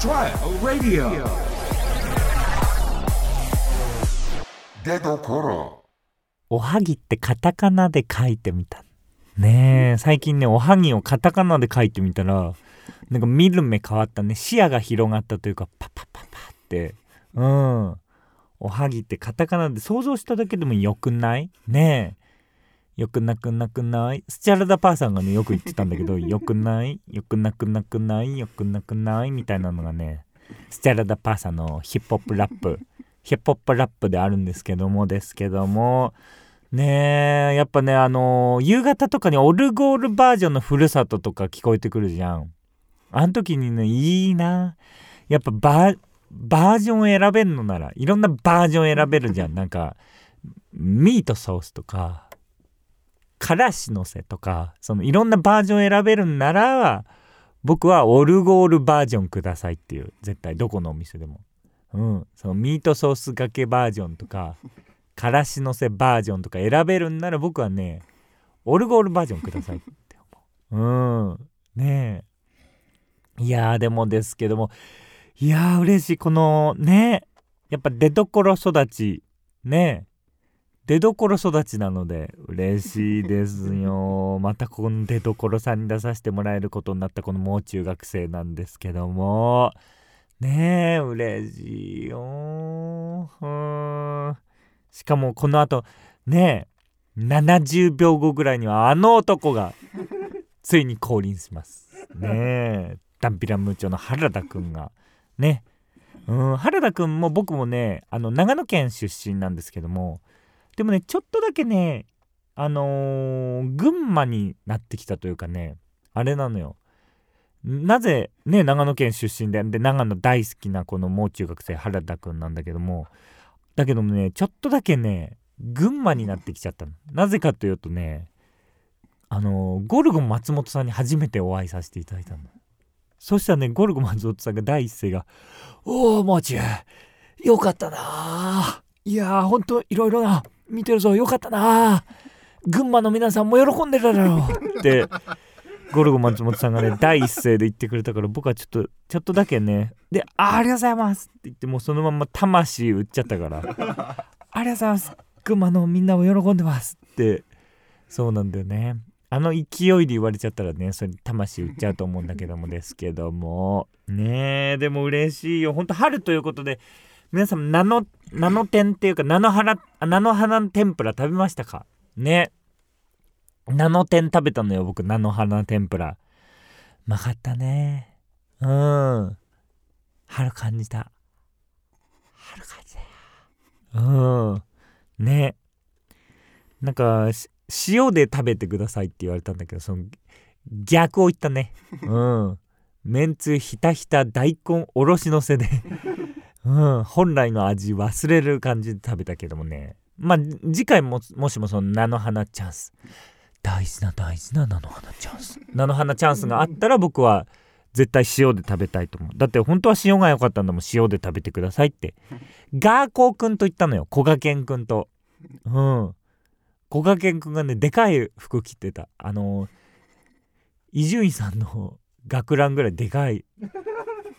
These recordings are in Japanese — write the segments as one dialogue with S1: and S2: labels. S1: trial radio 出どころ
S2: おはぎってカタカナで書いてみたねえ最近ねおはぎをカタカナで書いてみたらなんか見る目変わったね視野が広がったというかパパパパってうんおはぎってカタカナで想像しただけでもよくないねえよくなくなくないスチャラダパーさんがねよく言ってたんだけどよくないよくなくなくないよくなくないみたいなのがねスチャラダパーさんのヒップホップラップヒップホップラップであるんですけどもですけどもねえやっぱねあのー夕方とかにオルゴールバージョンの「ふるさと」とか聞こえてくるじゃん。あの時にねいいなやっぱバーバージョン選べんのならいろんなバージョン選べるじゃんなんかミートソースとかからしのせとかそのいろんなバージョン選べるんなら僕はオルゴールバージョンくださいっていう絶対どこのお店でもうん、そのミートソースがけバージョンとかからしのせバージョンとか選べるんなら僕はねオルゴールバージョンくださいって 思う。うんねえいやーでもですけどもいやー嬉しいこのねやっぱ出どころ育ちねえ出どころ育ちなので嬉しいですよ またこの出どころさんに出させてもらえることになったこのもう中学生なんですけどもねえ嬉しいようーんしかもこのあとねえ70秒後ぐらいにはあの男がついに降臨しますねえダンピラムーチョの原田くんがねうん原田くんも僕もねあの長野県出身なんですけどもでもねちょっとだけねあのー群馬になってきたというかねあれなのよなぜね長野県出身でで長野大好きなこのもう中学生原田くんなんだけどもだけどもねちょっとだけね群馬になってきちゃったのなぜかというとねあのゴルゴ松本さんに初めてお会いさせていただいたのそしたらねゴルゴ松本さんが第一声が「おおもう中よかったなあいやーほんといろいろな見てるぞよかったなあ群馬の皆さんも喜んでるだろう」ってゴルゴ松本さんがね第一声で言ってくれたから僕はちょっとちょっとだけねであ「ありがとうございます」って言ってもうそのまんま魂売っちゃったから「ありがとうございます群馬のみんなも喜んでます」ってそうなんだよねあの勢いで言われちゃったらねそれに魂売っちゃうと思うんだけどもですけどもねえでも嬉しいよほんと春ということで皆さん菜の菜の天っていうか菜の花あ菜の花天ぷら食べましたかね菜の天食べたのよ僕菜の花天ぷらうまかったねうん春感じた春感じたようんねなんかし塩で食べてくださいって言われたんだけどその逆を言ったねうんめんつゆひたひた大根おろしのせでうん本来の味忘れる感じで食べたけどもねまあ次回ももしもその菜の花チャンス大事な大事な菜の花チャンス菜の花チャンスがあったら僕は絶対塩で食べたいと思うだって本当は塩が良かったんだもん塩で食べてくださいってガーコーくんと言ったのよこがけんくんとうんこがけんくんがねでかい服着てたあの伊集院さんの学ランぐらいでかい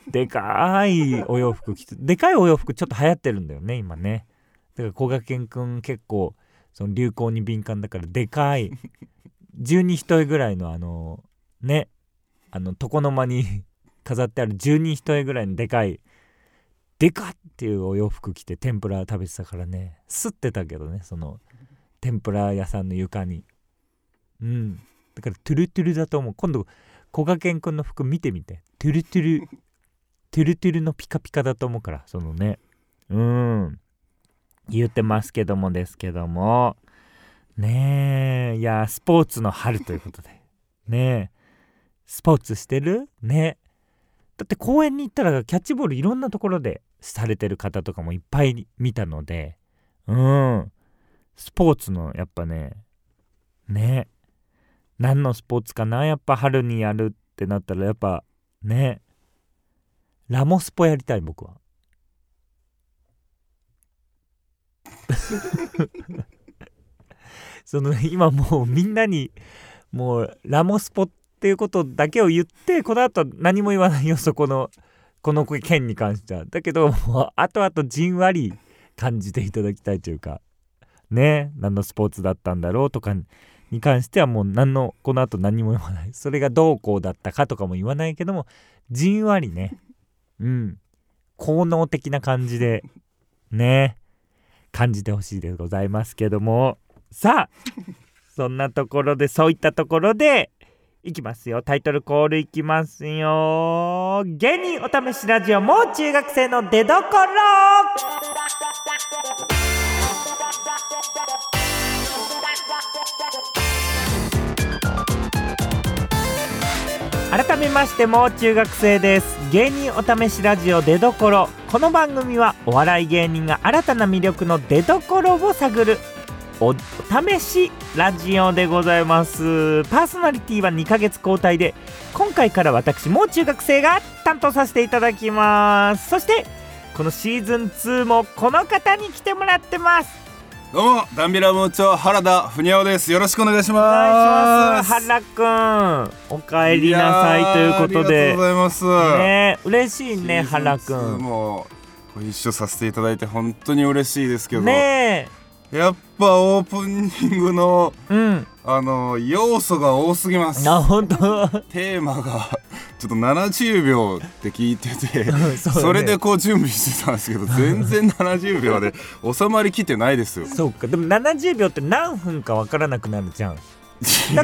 S2: でかいお洋服着てでかいお洋服ちょっと流行ってるんだよね今ねだからこがけんくん結構その流行に敏感だからでかい十二一重ぐらいのあのねあの床の間に 飾ってある十二一重ぐらいのでかいでかっていうお洋服着て天ぷら食べてたからねすってたけどねその天ぷら屋さんの床にうんだからトゥルトゥルだと思う今度こがけんくんの服見てみてトゥルトゥルトゥルトゥルのピカピカだと思うからそのねうん言ってますけどもですけどもねえいやスポーツの春ということでねえスポーツしてるねだって公園に行ったらキャッチボールいろんなところでされてる方とかもいっぱい見たのでうんスポーツのやっぱねね何のスポーツかなやっぱ春にやるってなったらやっぱねラモスポやりたい僕は。その 今もうみんなにもうラモスポっていうことだけを言ってこの後何も言わないよそこのこの件に関してはだけどもう後々じんわり感じていただきたいというかね何のスポーツだったんだろうとかに関してはもう何のこの後何も言わないそれがどうこうだったかとかも言わないけどもじんわりねうん効能的な感じでね感じてほしいでございますけどもさあそんなところでそういったところでいきますよタイトルコールいきますよ芸人お試しラジオもう中学生の出所改めましてもう中学生です芸人お試しラジオ出どころこの番組はお笑い芸人が新たな魅力の出どころを探るお試しラジオでございますパーソナリティは2ヶ月交代で今回から私もう中学生が担当させていただきますそしてこのシーズン2もこの方に来てもらってます
S3: どうもダンビラ部長原田ふにゃおですよろしくお願いし
S2: お願
S3: ま
S2: い
S3: す
S2: します原くんおかえりなさいと
S3: や
S2: いうこと
S3: ーありがと
S2: で
S3: うございます
S2: ね嬉しい
S3: シーズン
S2: ね原く
S3: ツー
S2: ん
S3: もご一緒させていただいて本当に嬉しいですけど、
S2: ね
S3: やっぱオープニングの
S2: えうん
S3: あの要素が多すぎます
S2: な本 当
S3: テーマがちょっと70秒って聞いてて
S2: そう ね
S3: それでこう準備してたんですけど全然70秒で収まりきってないですよ
S2: そうかでも70秒って何分かわからなくなるじゃん だ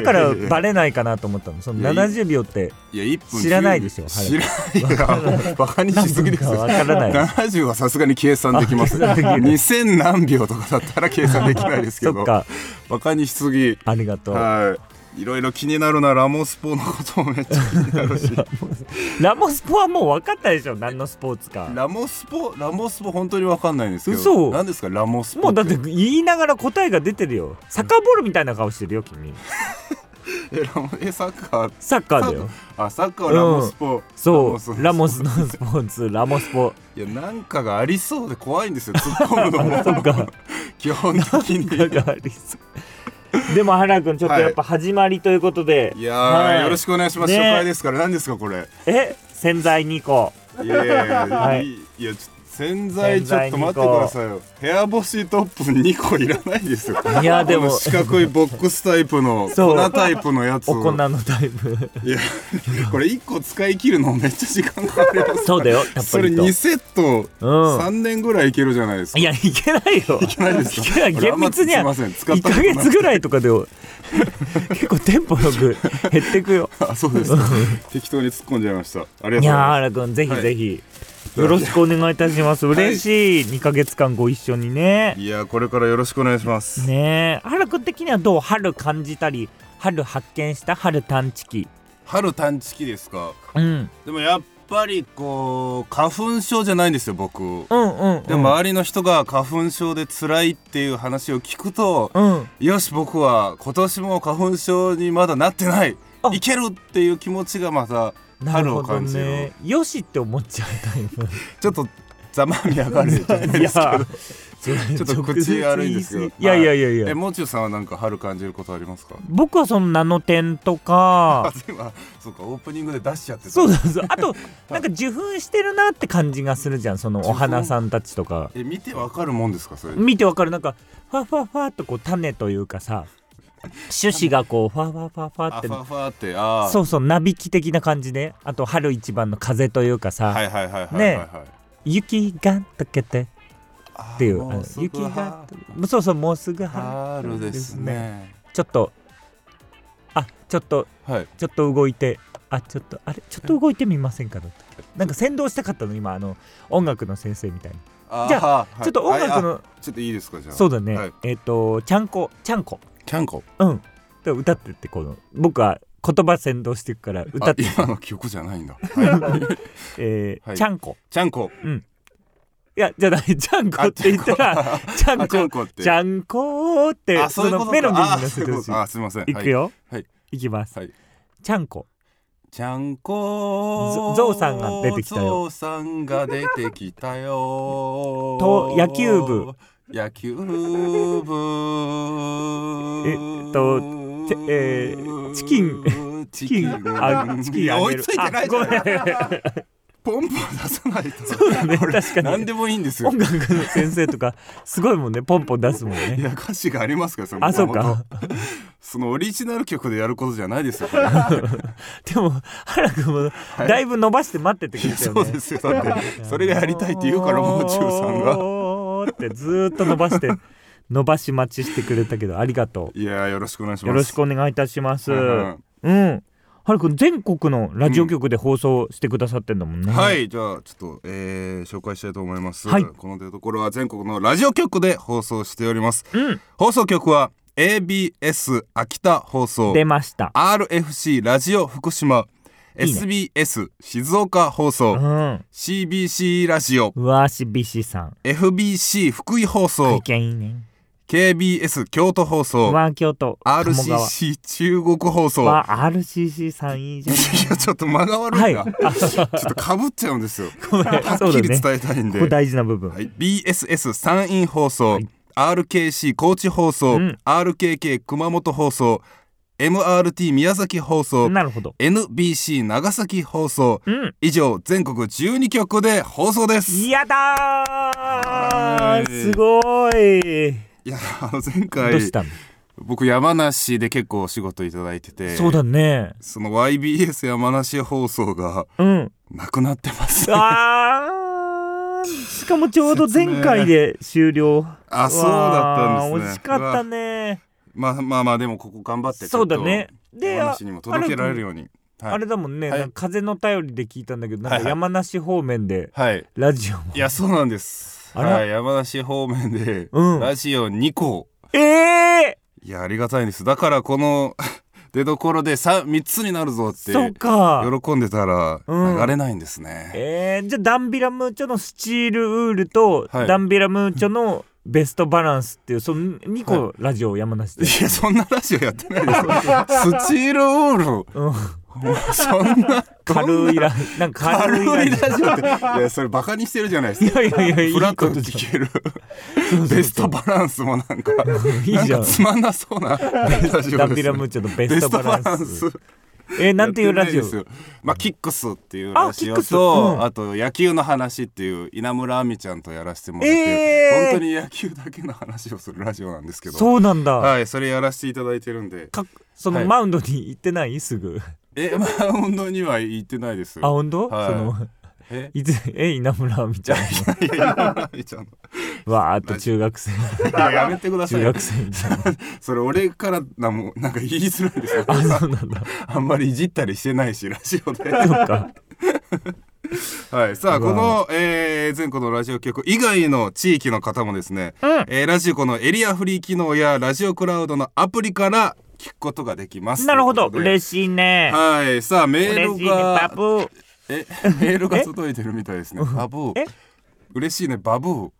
S2: からバレないかなと思ったのその
S3: いやいや
S2: 70秒って
S3: いや1分
S2: 知らないでしょ
S3: 知らないよバカにし
S2: 何
S3: すぎで
S2: 分
S3: す
S2: か
S3: よ
S2: わからない
S3: 70はさすがに計算でき ます
S2: あ計算できる
S3: 2000何秒とかだったら計算できないですけ
S2: そ
S3: ど
S2: っか
S3: バカにしすぎ
S2: ありがとう
S3: はいいろいろ気になるなラモスポのこともめっちゃ気になるし
S2: ラモスポはもう分かったでしょ何のスポーツか
S3: ラモスポラモスポ本当にわかんないんですけ
S2: 嘘
S3: ど何ですかラモスポ
S2: もうだって言いながら答えが出てるよサッカーボールみたいな顔してるよ君
S3: えラモえサッカー
S2: サッカーだよ
S3: あサッカーはラモスポ、
S2: そ
S3: の
S2: うラモスのスポーツラモスポ
S3: いやなんかがありそうで怖いんですよ突っ込むの
S2: あ そっ
S3: も
S2: か
S3: 基本的
S2: なん
S3: に
S2: かありそうでも原君ちょっとやっぱ始まりということで、
S3: いやー、
S2: はい
S3: よろしくお願いします、
S2: ね
S3: 初回ですから何ですかこれ
S2: え洗剤2個
S3: いやいやいや、
S2: はい
S3: い、いやちょ洗剤ちょっと待ってくださいよ部屋干しトップ2個いらないですよ
S2: いやで
S3: こ
S2: も
S3: の四角いボックスタイプの
S2: そう
S3: 粉タイプのやつ
S2: お粉
S3: を
S2: のタイプ
S3: いやこれ1個使い切るのめっちゃ時間かかります
S2: そうだ よたっ
S3: そ
S2: ぷ
S3: れ
S2: りと
S3: 2セット
S2: うん
S3: 3年ぐらいいけるじゃないですか、
S2: いやいけないよ
S3: いけないですか
S2: いや厳密
S3: こ
S2: には
S3: れあんまりすいません使った
S2: 1
S3: こと
S2: ヶ
S3: ない
S2: 月ぐらいとかで結構テンポよく減ってくよ
S3: あそうですか適当に突っ込んじゃいましたありがとうござ
S2: い
S3: い
S2: やー
S3: ます
S2: 原君ぜひぜひ、よろしくお願いいたします
S3: い
S2: 嬉しい、2ヶ月間ご一緒にね
S3: いやこれからよろしくお願いします、
S2: ねえ原君的にはどう春感じたり春発見した春探知機
S3: 春探知機ですか
S2: うん
S3: でもやっぱりこう花粉症じゃないんですよ僕
S2: うんうん、うん、
S3: で周りの人が花粉症で辛いっていう話を聞くと、
S2: うん
S3: よし僕は今年も花粉症にまだなってない
S2: あ
S3: いけるっていう気持ちがまた
S2: なる
S3: 春
S2: ほ
S3: を
S2: ど
S3: 感じる
S2: ねよしって思っちゃうタイプ
S3: ちょっとざまみ上がるじゃない
S2: い
S3: で
S2: や
S3: すか
S2: ちょ
S3: ちょっと口悪いんですけど
S2: いやいやいやいや、
S3: えもう中さんはなんか春感じることありますか
S2: 僕はそのナノ点とか
S3: あ今そうかオープニングで出しちゃってた
S2: そうそうそうあとなんか受粉してるなって感じがするじゃんその
S3: 受
S2: お
S3: 粉
S2: 花さんたちとか
S3: え見てわかるもんですかそれ
S2: 見てわかるなんかファファファっとこう種というかさ種子がこうファファファファ
S3: あ
S2: って
S3: ふわふわってあー
S2: そうそうなびき的な感じであと春一番の風というかさ、
S3: はいはいはいはいはい
S2: ね
S3: はい、
S2: 雪が溶けて
S3: っ
S2: っていうあの雪がそうそうもうすぐ
S3: 春ですね。
S2: ちょっとあちょっと
S3: はい。
S2: ちょっと動いてあちょっとあれちょっと動いてみませんかだったなんか先導したかったの今あの音楽の先生みたいにじゃ
S3: あ、
S2: ちょっと音楽
S3: はい
S2: の
S3: あちょっといいですかじゃあ。
S2: そうだね、
S3: はい
S2: えっ、とちゃんこちゃんこ
S3: キャンコ。
S2: うんで歌ってってこの僕は言葉先導していくから歌
S3: あ
S2: って、
S3: 今の曲じゃないんだ。 はい
S2: えー
S3: はい
S2: ちゃんこ
S3: ちゃんこ。
S2: いやじゃないちゃんこ
S3: あ
S2: って言ったらちゃん
S3: あちゃん
S2: こ
S3: こって。
S2: ちゃんこって
S3: あ
S2: そ
S3: そういうこ
S2: の
S3: とか
S2: メロディー
S3: あ
S2: に乗せ
S3: そうい
S2: て
S3: う
S2: ほ
S3: こ
S2: し
S3: とあすみません。
S2: いいくよ
S3: はいはい
S2: いきます、
S3: はい
S2: ちゃんこ
S3: はい。ちゃんこ。
S2: ゾゾウさんが出てきたよ
S3: ゾウさんが出てきたよ。
S2: と野球部。
S3: 野球部。
S2: えっとてえーチキン
S3: チ
S2: チキンあチキンあげる
S3: 追いついてない
S2: あ
S3: じゃ
S2: ご
S3: ん
S2: めん
S3: ポンプを出さないと
S2: そうだね
S3: これ
S2: 確かに
S3: 何でもいいんですよ
S2: 音楽の先生とかすごいもんねポンポン出すもん
S3: い
S2: ね
S3: や歌詞がありますからその
S2: あそうか
S3: そのオリジナル曲でやることじゃないですよこ
S2: でも原くんも
S3: い
S2: だいぶ伸ばして待っててく
S3: れ
S2: れたよ
S3: そ
S2: ね
S3: うですよだっ てそれがやりたいって言うからもう中さんが
S2: おーってずーっと伸ばして伸ばし待ちしてくれたけどありがと
S3: いやーよろしくお願いし
S2: う
S3: ます
S2: よろしくお願いいたします
S3: はいは
S2: うんはるくん全国のラジオ局で放送してくださってんだもんね、
S3: はい、じゃあちょっと、えー紹介したいと思います、
S2: はい
S3: この出所は全国のラジオ局で放送しております、
S2: うん
S3: 放送局は ABS 秋田放送
S2: 出ました
S3: RFC ラジオ福島
S2: いい
S3: SBS 静岡放送、
S2: うん、
S3: CBC ラジオ
S2: うわしびしさん
S3: FBC 福井放送
S2: 意見いいね
S3: KBS 京都放
S2: う
S3: 送
S2: わ京都鴨川
S3: RCC 中国放送
S2: わ RCC さんいいじゃん
S3: いやちょっと間が悪いな、
S2: はい
S3: ちょっとかぶっちゃうんですよ
S2: ごめん
S3: は
S2: そう
S3: っ
S2: だ
S3: きり伝
S2: ね
S3: えたいん
S2: こ
S3: で、
S2: こ大事な部分、
S3: はい、BSS 山陰放送、RKC 高知放送、
S2: うん
S3: RKK 熊本放送 MRT 宮崎放送
S2: なるほど
S3: NBC 長崎放送
S2: うん
S3: 以上全国12局で放送ですい
S2: やだ
S3: は
S2: ー
S3: い
S2: すごい、
S3: やあの前
S2: ど
S3: 回
S2: うしたの、
S3: 僕山梨で結構お仕事いただいてて
S2: そうだね
S3: その YBS 山梨放送が
S2: うん
S3: なくなって ます
S2: あーしかもちょうど前回で終了
S3: あそうだったんですね
S2: わー惜しかったね
S3: まあまあまあでもここ頑張ってち
S2: そ
S3: ょ
S2: う
S3: っと
S2: だねで
S3: 山梨にも届けられるように
S2: あれだもんね、
S3: はい
S2: なんか風の便りで聞いたんだけどな
S3: は
S2: ん
S3: い
S2: か
S3: はい
S2: 山梨方面で
S3: はい
S2: ラジオも、
S3: いやそうなんです。
S2: あら
S3: はい、山梨方面で、
S2: うん
S3: ラジオ2個
S2: ええ
S3: いやありがたいんです。だからこの 出どころで 3, 3つになるぞっ
S2: ー、そってか
S3: 喜んでたら
S2: うん
S3: 流れないんですね。
S2: えー、じゃあダンビラムーチョのスチールウールと、
S3: はい
S2: ダンビラムーチョのベストバランスっていうその2個ラジオを山梨で、
S3: いやそんなラジオやってないです。 スチールオール
S2: うん、
S3: そんな
S2: 軽いラなんか軽いラ
S3: 軽い
S2: ジオ
S3: ラジオっていやそれバカにしてるじゃないですか。
S2: いやいやいやいい
S3: フラッ
S2: こととじ
S3: 聞ける
S2: ゃんそうそうそう
S3: ベストバランスもなんか
S2: いいじゃ
S3: なんんかつまんなそうなラジ
S2: ダ
S3: オで
S2: ン
S3: す
S2: ビラム
S3: ね
S2: ー。チョのベ
S3: ベス
S2: スト
S3: ト
S2: バ
S3: バ
S2: ラ
S3: ラ
S2: ン
S3: ン
S2: ス
S3: ス。
S2: えー、なんていうラジオ
S3: やってないですよまあキックスっていう
S2: あ
S3: ラジ
S2: キッ
S3: オ
S2: クスう
S3: と
S2: ん
S3: あ,、と野球の話っていう稲村亜美ちゃんとやらせてもらって、
S2: えー
S3: 本当に野球だけの話をするラジオなんですけど
S2: そうなんだ、
S3: はいそれやらせていただいてるんで
S2: かその
S3: はい
S2: マウンドに行ってないすぐ
S3: えまあ本当には行ってないです
S2: あ本当、
S3: はい
S2: その
S3: え
S2: いつえ稲村みたい
S3: いやいや稲村亜美ちゃんの
S2: なわーっと中学生
S3: いややめてくださ
S2: 中
S3: い
S2: 学生みたいな
S3: それ俺からなんもなんか言いづらいんですよ
S2: あそうなんだ
S3: あんまりいじったりしてないしラジ オで
S2: そうか
S3: はい、さあ
S2: うわ
S3: この、えー全国のラジオ局以外の地域の方もですね、えーラジコのエリアフリー機能やラジオクラウドのアプリから聞くことができます
S2: なるほど
S3: ということで
S2: 嬉しいね
S3: はいさあメー
S2: 嬉しい
S3: ル
S2: ね
S3: が、
S2: パプ
S3: え メールが届いてるみたいですねバブ
S2: え
S3: ー嬉しいねバブー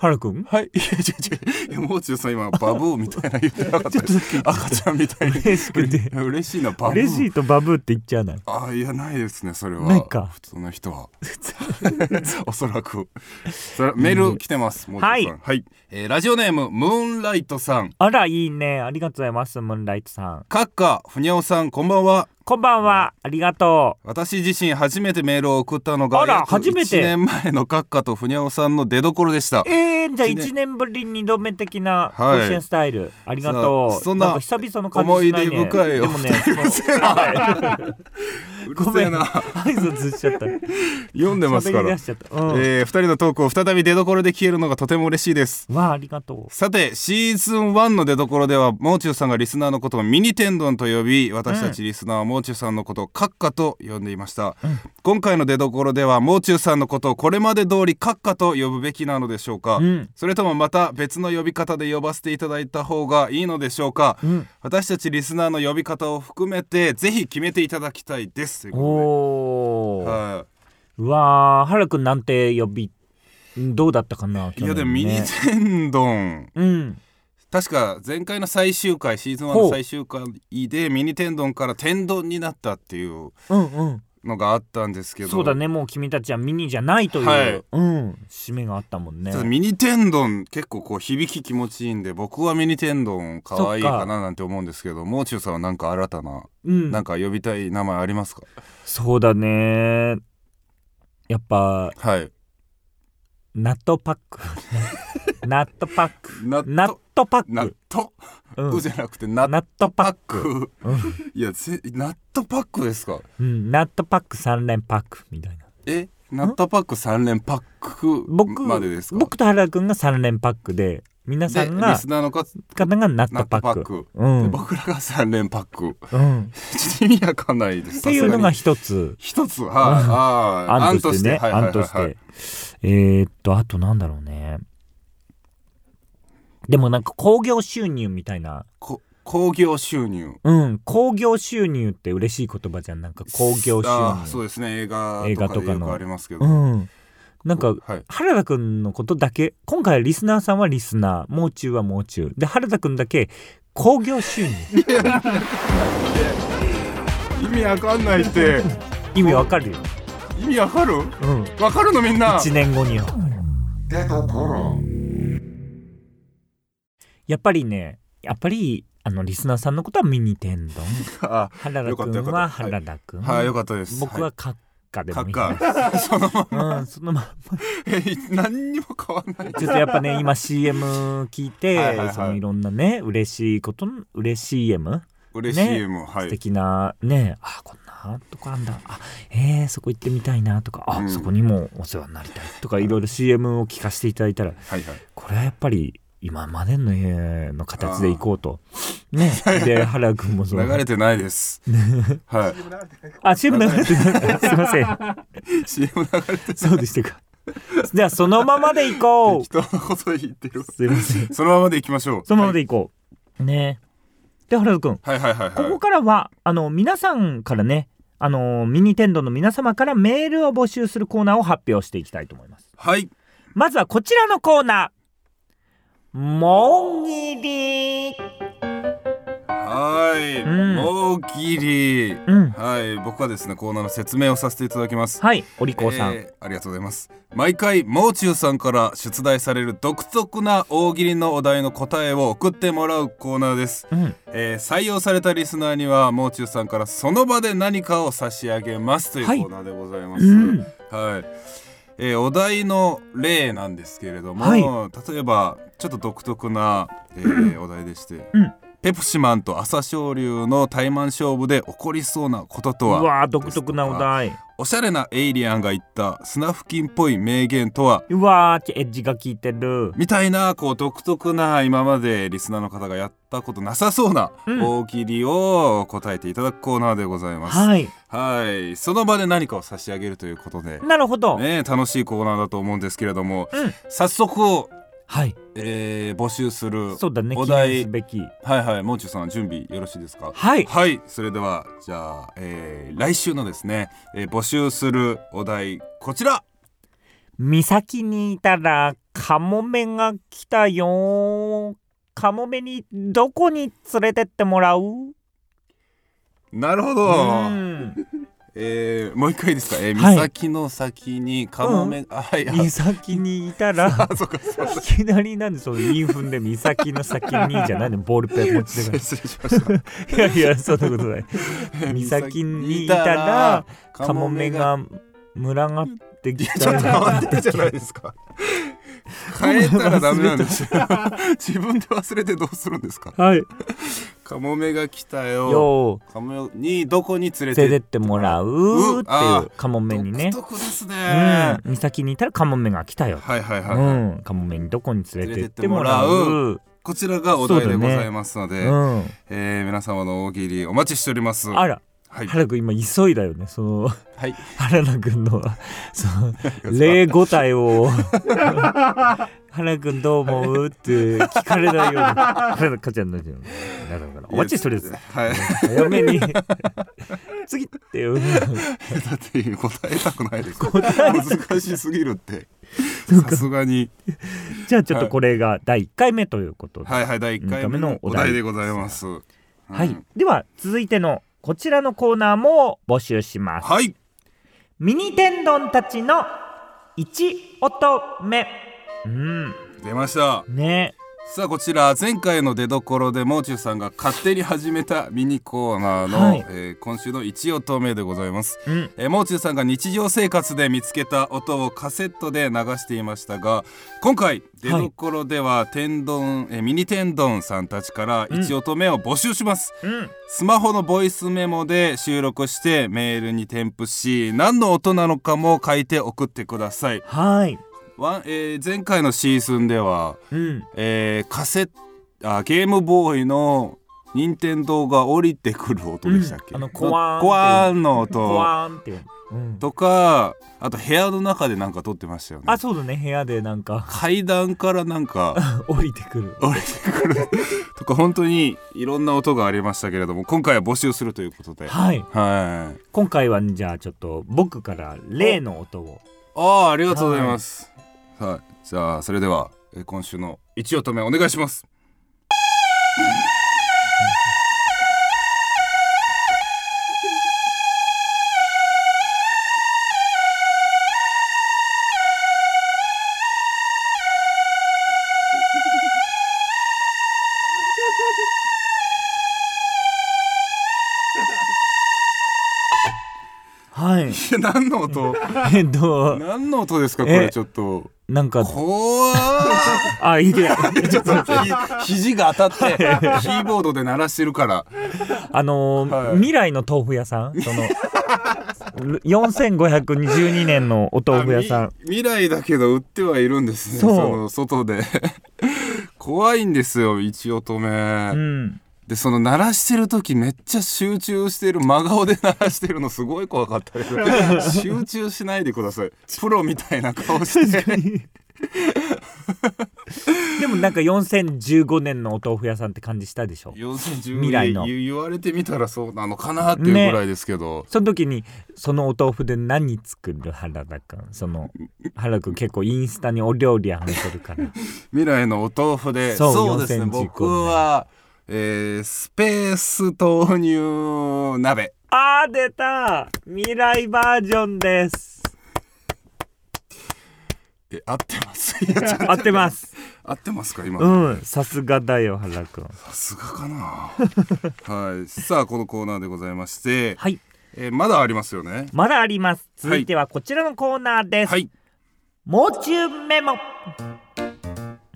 S2: はるくん
S3: はいいや違う違ういやもう中さん今バブーみたいな言ってなかった です赤ちゃんみたいに
S2: 嬉しく て
S3: 嬉しいなバブー
S2: 嬉しいとバブーって言っちゃうな
S3: あーいやないですねそれは
S2: ないか
S3: 普通の人はおそらくそれメール来てますもう一つ
S2: はい
S3: さんはい、えーラジオネームムーンライトさん
S2: あらいいねありがとうございますムーンライトさん
S3: カッカふにゃおさんこんばんは
S2: こんばんはありがと
S3: 私自身初めてメールを送ったのが
S2: あら
S3: 約
S2: 初めて
S3: 1年前のカッカとふにゃおさんの出所でした
S2: うえー、じゃあ
S3: 一年
S2: 1年ぶりに2度目的な
S3: は
S2: 甲
S3: い
S2: 子園スタイル、ありがとう
S3: さあそんなん
S2: か久々の感
S3: 思
S2: じし
S3: い
S2: な
S3: 出
S2: いね
S3: 深いよ
S2: で もねその
S3: うるせえなうる
S2: ご
S3: せ
S2: め
S3: え
S2: ん
S3: な
S2: 挨拶しちゃ った
S3: 読んでますか
S2: 喋り
S3: ら
S2: 出しちゃったうん、
S3: えー、2人のトークを再び出所で消えるのがとても嬉しいです
S2: わあありがと
S3: さてシーズン1の出所ではもう中さんがリスナーのことをミニ天丼と呼び私たちリスナーはもう中さんのことを閣下と呼んでいました、今回の出所ではもう中さんのことをこれまで通り閣下と呼ぶべきなのでしょうか、
S2: ん
S3: それともまた別の呼び方で呼ばせていただいた方がいいのでしょうか、
S2: ん
S3: 私たちリスナーの呼び方を含めてぜひ決めていただきたいですという
S2: う
S3: こ
S2: お
S3: と
S2: ー、
S3: では
S2: うわあはるくんなんて呼びどうだったかない
S3: いやでもミ
S2: 去年
S3: ニ天
S2: ね
S3: 丼
S2: うん
S3: 確か前回の最終回シーズン1
S2: ほう
S3: の最終回でミニ天丼から天丼になったっていう
S2: うんうん
S3: のがあったんですけど
S2: そうだねもう君たちはミニじゃないという、
S3: はい
S2: うん締めがあったもんね
S3: ちょっとミニ天丼結構こう響き気持ちいいんで僕はミニ天丼可愛いかななんて思うんですけどもう中さんはなんか新たな、
S2: うん
S3: なんか呼びたい名前ありますか
S2: そうだねやっぱ
S3: はい
S2: ナットパッ クナットパック
S3: 納
S2: ナットパック
S3: 納豆、
S2: うん
S3: うじゃなくて納
S2: ナットパ
S3: パ
S2: ッ
S3: ックいやせ納豆パックですか
S2: うん、ナットパック3連パックみたいな
S3: え納豆パック三連パック
S2: 僕
S3: までですか
S2: 僕と原田くんが3連パックで皆さ
S3: で
S2: ん
S3: リ
S2: が
S3: スナーの方
S2: 方がナッ
S3: 納
S2: トパ
S3: 豆パ
S2: ック
S3: ック
S2: うん、
S3: で
S2: う
S3: 僕らが三連パック
S2: ん、
S3: ちょっと意味わかんないです
S2: っていうのが
S3: さすに
S2: 一つ
S3: 一つはいあー
S2: 案としてね
S3: はいはいは
S2: 案
S3: いは
S2: と
S3: い
S2: してえーっとあとなんだろうねでもなんか興行収入みたいな
S3: こ興行収入
S2: うん興行収入って嬉しい言葉じゃんなんか興行収
S3: あーそう
S2: 入
S3: ですね映画
S2: 映画
S3: と
S2: と
S3: か
S2: か
S3: で
S2: の
S3: よくありますけど、
S2: うんなんか
S3: はい、
S2: 原田くんのことだけ今回はリスナーさんはリスナーもう中はもう中で原田くんだけ興行収入
S3: 意味わかんない って
S2: 意味わかるよ、
S3: 意味わかる
S2: うん、
S3: わかるのみんな
S2: 1年後には
S1: dead coral
S2: やっぱりねやっぱりあのリスナーさんのことはミニ天丼
S3: あ
S2: 原田
S3: よかった
S2: く
S3: よ
S2: ん
S3: かった
S2: は原田くん、
S3: はいよかったです
S2: 僕は閣下でもいい、
S3: 閣下そのまま
S2: うん、そのまんま
S3: え 何にも変わんない
S2: ちょっとやっぱね今 CM 聞いて
S3: はいはいはい
S2: そのいろんなね嬉しいことの嬉しい CM
S3: 嬉しい CM、は
S2: 素
S3: い
S2: 敵なねあこんなとこあんだあえー、そこ行ってみたいなとかあ、
S3: うん
S2: そこにもお世話になりたいとかいろいろ CM を聞かせていただいたら
S3: はいはい
S2: これはやっぱり今までの家の形で行こうとねで原君もそう
S3: 流れてない です。は
S2: あ CM 流れてないすいません
S3: い。CM 流れて
S2: そうでしたかじゃあそのままで行こ
S3: 適当なこと言ってる
S2: う。すいません
S3: そのままでいきましょう。
S2: そのままで行こう、ねで原田君
S3: はいはいはいは
S2: こ
S3: い。
S2: こからはあの皆さんからねあのミニ天丼の皆様からメールを募集するコーナーを発表していきたいと思います
S3: はい。
S2: まずはこちらのコーナーもんぎり
S3: は
S2: うん
S3: い。もうぎり。
S2: うん
S3: はい。僕はですね、コーナーの説明をさせていただきます。
S2: はいお利口さん、
S3: えーありがとうございます毎回もう中さんから出題される独特な大喜利のお題の答えを送ってもらうコーナーです、
S2: うん
S3: えー採用されたリスナーにはもう中さんからその場で何かを差し上げますというコ
S2: はい
S3: ーナーでございます、
S2: うん
S3: はい、えーお題の例なんですけれども、
S2: はい
S3: 例えばちょっと独特な、えーお題でして、
S2: うん
S3: ペプシマンと朝青龍の対マン勝負で起こりそうなこと
S2: う
S3: とは
S2: わー独特なお題
S3: おしゃれなエイリアンが言ったスナフキンっぽい名言とは
S2: うわーエッジが効いてる
S3: みたいなこう独特な今までリスナーの方がやったことなさそうな
S2: うん
S3: 大喜利を答えていただくコーナーでございます、
S2: はい
S3: はいその場で何かを差し上げるということで
S2: なるほど、
S3: ね楽しいコーナーだと思うんですけれども、
S2: うん
S3: 早速、
S2: はい
S3: えー募集する
S2: そうだね
S3: お
S2: 記
S3: 題
S2: 念すべき
S3: はいはいもう中さん準備よろしいですか
S2: はい
S3: はいそれではじゃあ、えー来週のですね、えー募集するお題こちら
S2: 岬にいたらカモメが来たよーカモメにどこに連れてってもらう
S3: なるほ
S2: う
S3: ど、
S2: ん
S3: えー、もう一回いいですか、えー、
S2: はい
S3: 岬の先にカモメ、あはいあ
S2: 岬にいたら
S3: あそうか そうか
S2: いきなりなんでそのインフンで岬の先にじゃないのボールペン 持ち
S3: 失
S2: で
S3: 礼 しました
S2: いやいやそんなこと ない岬にいたらカモメが群がって
S3: い
S2: き
S3: や ちょっと変わ
S2: た
S3: ってるじゃないです か変えたらダメなんですよ 自分で忘れてどうするんですか
S2: はい
S3: カモメが来たよ
S2: よ
S3: カモメにどこに連れ
S2: ー
S3: て
S2: 連れてってもらうって
S3: あ
S2: いうカモメにね
S3: 独特ですね、
S2: うん岬にいたらカモメが来たよ
S3: はいはいはい、
S2: うん、カモメにどこに連れてってもらう。
S3: こちらがお題でございますの
S2: う
S3: で、
S2: ん、
S3: えー皆様の大喜利お待ちしております
S2: あら、
S3: はい
S2: 原田君今急いだよね。その
S3: はい
S2: 原田君のその霊五体を 原田君どう思うって聞かれないように原田かちゃんなんじゃん。なるほど。お待ちしております。
S3: はい
S2: 早めに 次っていう。
S3: だって答えたくないです
S2: 答えた
S3: 難しすぎるってさすがに
S2: じゃあちょっとこれが第一回目ということで。
S3: はいはい第1回目のお題でございますうん
S2: はい、では続いてのこちらのコーナーも募集します。
S3: はい
S2: ミニ天丼たちの一音目。うん、
S3: 出ました
S2: ね、
S3: さあこちら前回の出どころでもう中さんが勝手に始めたミニコーナーの、
S2: はい
S3: えー今週の一音目でございます、
S2: うん
S3: えー、もう中さんが日常生活で見つけた音をカセットで流していましたが今回出どころでは天丼、えーミニ天丼さんたちから一音目を募集します、
S2: うん
S3: スマホのボイスメモで収録してメールに添付し何の音なのかも書いて送ってください
S2: はい
S3: ワン、えー前回のシーズンでは
S2: うん
S3: えーカセッあゲームボーイの任天堂が降りてくる音でしたっけ、
S2: うんあのコワーンって
S3: コワーンの
S2: コ
S3: 音
S2: ワーンっていう、うん、
S3: とかあと部屋の中でなんか撮ってましたよね
S2: あそうだね部屋でなんか
S3: 階段からなんか
S2: 降りてくる
S3: 降りてくるとか本当にいろんな音がありましたけれども今回は募集するということではい
S2: はい
S3: あ
S2: 今回はじゃあちょっと僕から例の音を
S3: あーありがとうございますはい、じゃあそれではえー今週の一音目お願いします
S2: はい
S3: いや何の 音
S2: えっと
S3: 何の音ですかこれ
S2: え
S3: ちょっと
S2: なんか
S3: 怖ー
S2: あい いね
S3: ちょっと待ってひ肘が当たってキーボードで鳴らしてるから
S2: あのー
S3: はい
S2: 未来の豆腐屋さんその 4512年のお豆腐屋さん
S3: あみ未来だけど売ってはいるんですね
S2: そ
S3: そうの外で 怖いんですよ一音目、
S2: うん
S3: でその鳴らしてる時めっちゃ集中してる真顔で鳴らしてるのすごい怖かったです 集中しないでくださいプロみたいな顔して
S2: 確かにでもなんか4015年のお豆腐屋さんって感じしたでしょ未
S3: 4010
S2: 来の
S3: 言言われてみたらそうなのかなっていうぐらいですけど、
S2: その時にそのお豆腐で何作る原田君その原田君結構インスタにお料理上げてるから
S3: 未来のお豆腐で
S2: そ
S3: そううですね
S2: 4015
S3: 僕は、えースペース豆乳鍋
S2: あー出た未来バージョンです
S3: え合ってます いやちょ
S2: 合ってます
S3: 合ってますか今、
S2: うんさすがだよ原田君
S3: さすがかな はいさあこのコーナーでございまして、
S2: はい
S3: えーまだありますよね
S2: まだあります続いてはこちらのコーナーです、
S3: はい
S2: もう中メモ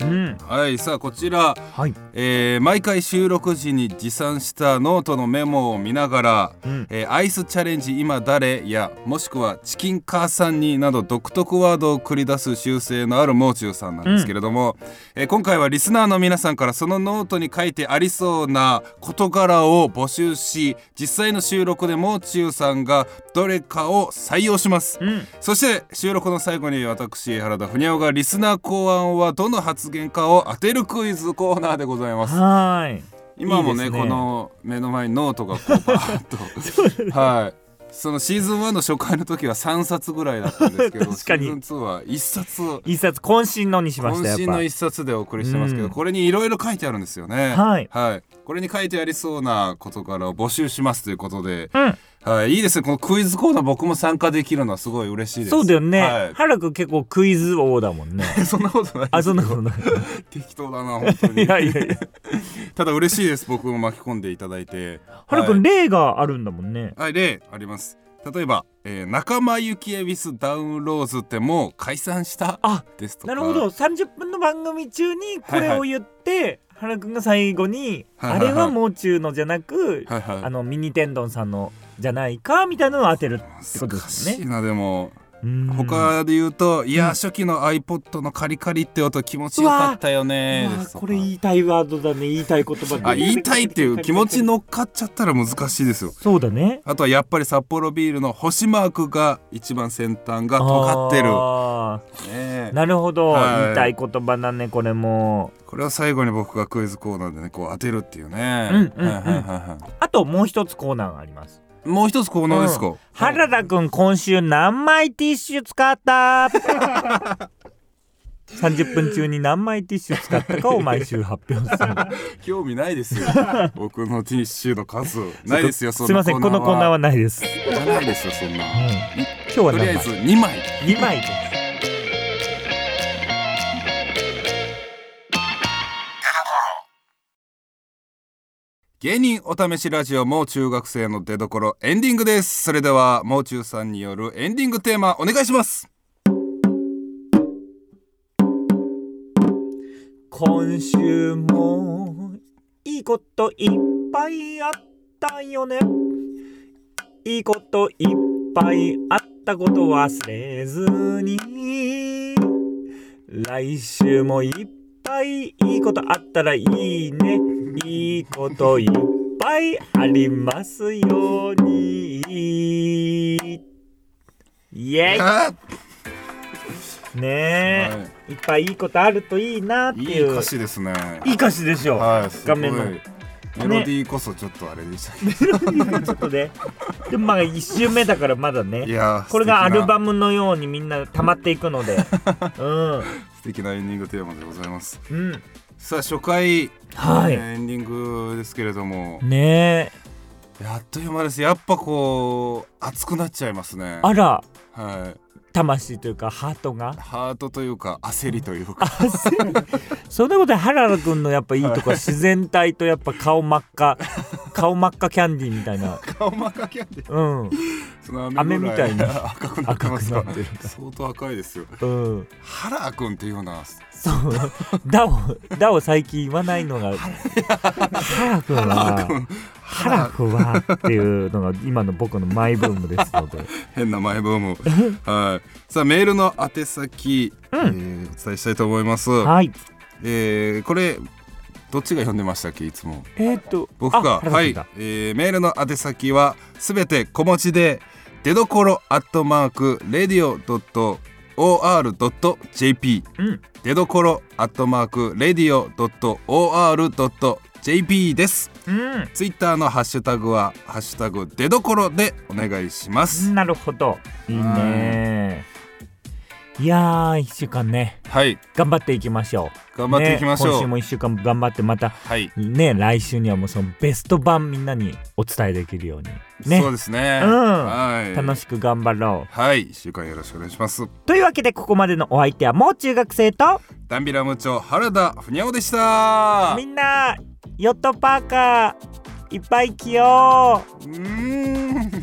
S2: うん
S3: はいさあこちら、
S2: はい
S3: えー毎回収録時に持参したノートのメモを見ながら「
S2: うん
S3: えーアイスチャレンジ今誰?」やもしくは「チキン母さんに」など独特ワードを繰り出す習性のあるもう中さんなんですけれども、えー今回はリスナーの皆さんからそのノートに書いてありそうな事柄を募集し実際の収録でもう中さんがどれかを採用します。
S2: うん
S3: そして収録の最後に私原田ふにゃおがリスナー考案はどの発言かを当てるクイズコーナーでございます
S2: はーい
S3: 今もね
S2: いいですね
S3: この目の前にノートがこうバーッ とはいそのシーズン1の初回の時は3冊ぐらいだったんですけど
S2: 確かに
S3: シーズン2は1冊
S2: 一冊渾身のにしましたやっ
S3: 渾身
S2: ぱ
S3: の一冊でお送りしてますけど、
S2: うん
S3: これにいろいろ書いてあるんですよね
S2: はい
S3: これに書いてありそうな事柄を募集しますということで、
S2: うん
S3: はいいいですねこのクイズコーナー僕も参加できるのはすごい嬉しいです
S2: そうだよね、
S3: はい
S2: 原田君結構クイズ王だも んね
S3: そんなことない。
S2: あそんなことない
S3: 適当だな、本当に。
S2: いやいやいや
S3: ただ嬉しいです、僕も巻き込んでいただいて。
S2: 原田君、例があるんだもんね
S3: はい、はい、例あります。例えば、えー仲間由紀恵比寿ダウンローズってもう解散した
S2: あ
S3: ですとか。
S2: なるほど。30分の番組中にこれを言って、原くんが最後に、
S3: はいはいはい
S2: あれはもう中のじゃなく、
S3: はいはい。
S2: あのミニ天丼さんのじゃないかみたいなのを当てるってこと
S3: 難
S2: ですよ
S3: しい
S2: ね。
S3: なでも、
S2: うん
S3: 他で言うと、いや
S2: うん
S3: 初期の iPod のカリカリって音気持ちよかったよね
S2: うわ
S3: で
S2: ー
S3: すとか
S2: これ言いたいワードだね言いたい言葉だね
S3: あ言いたいっていう気持ち乗っかっちゃったら難しいですよ
S2: そうだね
S3: あとはやっぱり札幌ビールの星マークが一番先端が尖ってる
S2: あ
S3: ねえ
S2: ーなるほど、
S3: はい
S2: 言いたい言葉だねこれも
S3: これを最後に僕がクイズコーナーでねこう当てるっていうね
S2: うんうんうん
S3: はいはいはいは
S2: あともう一つコーナーがあります
S3: いもう一つコーナーですか、
S2: 原田くん今週何枚ティッシュ使った ?30 分中に何枚ティッシュ使ったかを毎週発表する
S3: 興味 ない ですよ僕のティッシュの数ないですよそ
S2: すいませんこのコーナーはないです、
S3: いらないですよそんな、
S2: うん今日は
S3: とりあえ
S2: 何枚
S3: ず2枚
S2: 2枚です
S3: 芸人お試しラジオもう中学生の出どころエンディングですそれではもう中さんによるエンディングテーマお願いします
S2: 今週もいいこといっぱいあったよねいいこといっぱいあったこと忘れずに来週もいっぱいいいことあったらいいねいいこといっぱいありますようにイエ
S3: あ
S2: イねえ、い、っぱいいいことあるといいなって
S3: い
S2: い
S3: い
S2: う
S3: 歌詞ですね
S2: いい歌詞でしょ、
S3: はいすご
S2: 画
S3: い
S2: 面の
S3: メロディーこそちょっとあれでしたけど、
S2: ちょっとねでもまあ1周目だからまだ
S3: い
S2: ね
S3: やー
S2: これがアルバ
S3: ム
S2: ムのようにみんな溜まっていくの でう
S3: 素敵なエンディングテーマでございます
S2: んうん
S3: さあ初回、
S2: は
S3: え
S2: い
S3: ーエンディングですけれども
S2: ねえ
S3: やっという間ですやっぱこう熱くなっちゃいますね
S2: あら
S3: はい
S2: 魂というかハートが
S3: ハートというか焦りと いうか
S2: そんなことで原田君のやっぱいいとこは自然体とやっぱ顔真っ赤顔真っ赤キャンディーみたいな
S3: 顔真っ赤きゃって
S2: うん
S3: その雨ぐら
S2: 雨み たい
S3: 赤くなってますか
S2: 赤くなってる
S3: 相当赤いですよ
S2: うん
S3: ハラー君っていうような
S2: そうだをだを最近言わないのが原田君
S3: ハラー
S2: は
S3: 君
S2: ハラフはっていうのが今の僕のマイブームですので
S3: 変な前ブー ムはいさあメールの宛先、えーお伝えしたいと思います、
S2: はい
S3: えーこれどっちが読んでましたっけいつも
S2: えーっと
S3: 僕が
S2: あ原田
S3: はい
S2: 君だ、
S3: えーメールの宛先はすべて小文字で出どころアットマークレディオドット OR.jp
S2: うん
S3: 出どころアットマークレディオドット OR.jp です
S2: うん
S3: ツイッターのハッシュタグはハッシュタグ出どころでお願いします、
S2: なるほどいいねいやー1週間ね
S3: はい
S2: 頑張っていきましょう
S3: 頑張っていきましょう
S2: ね今週も1週間頑張ってまた
S3: はい、
S2: ね来週にはもうそのベスト版みんなにお伝えできるようにね
S3: そうですね、
S2: うん
S3: はい
S2: 楽しく頑張ろう
S3: はい一週間よろしくお願いします
S2: というわけでここまでのお相手はもう中学生と
S3: ダンビラム長原田ふにゃおでした
S2: みんなヨットパーカーいっぱい着よう
S3: うーん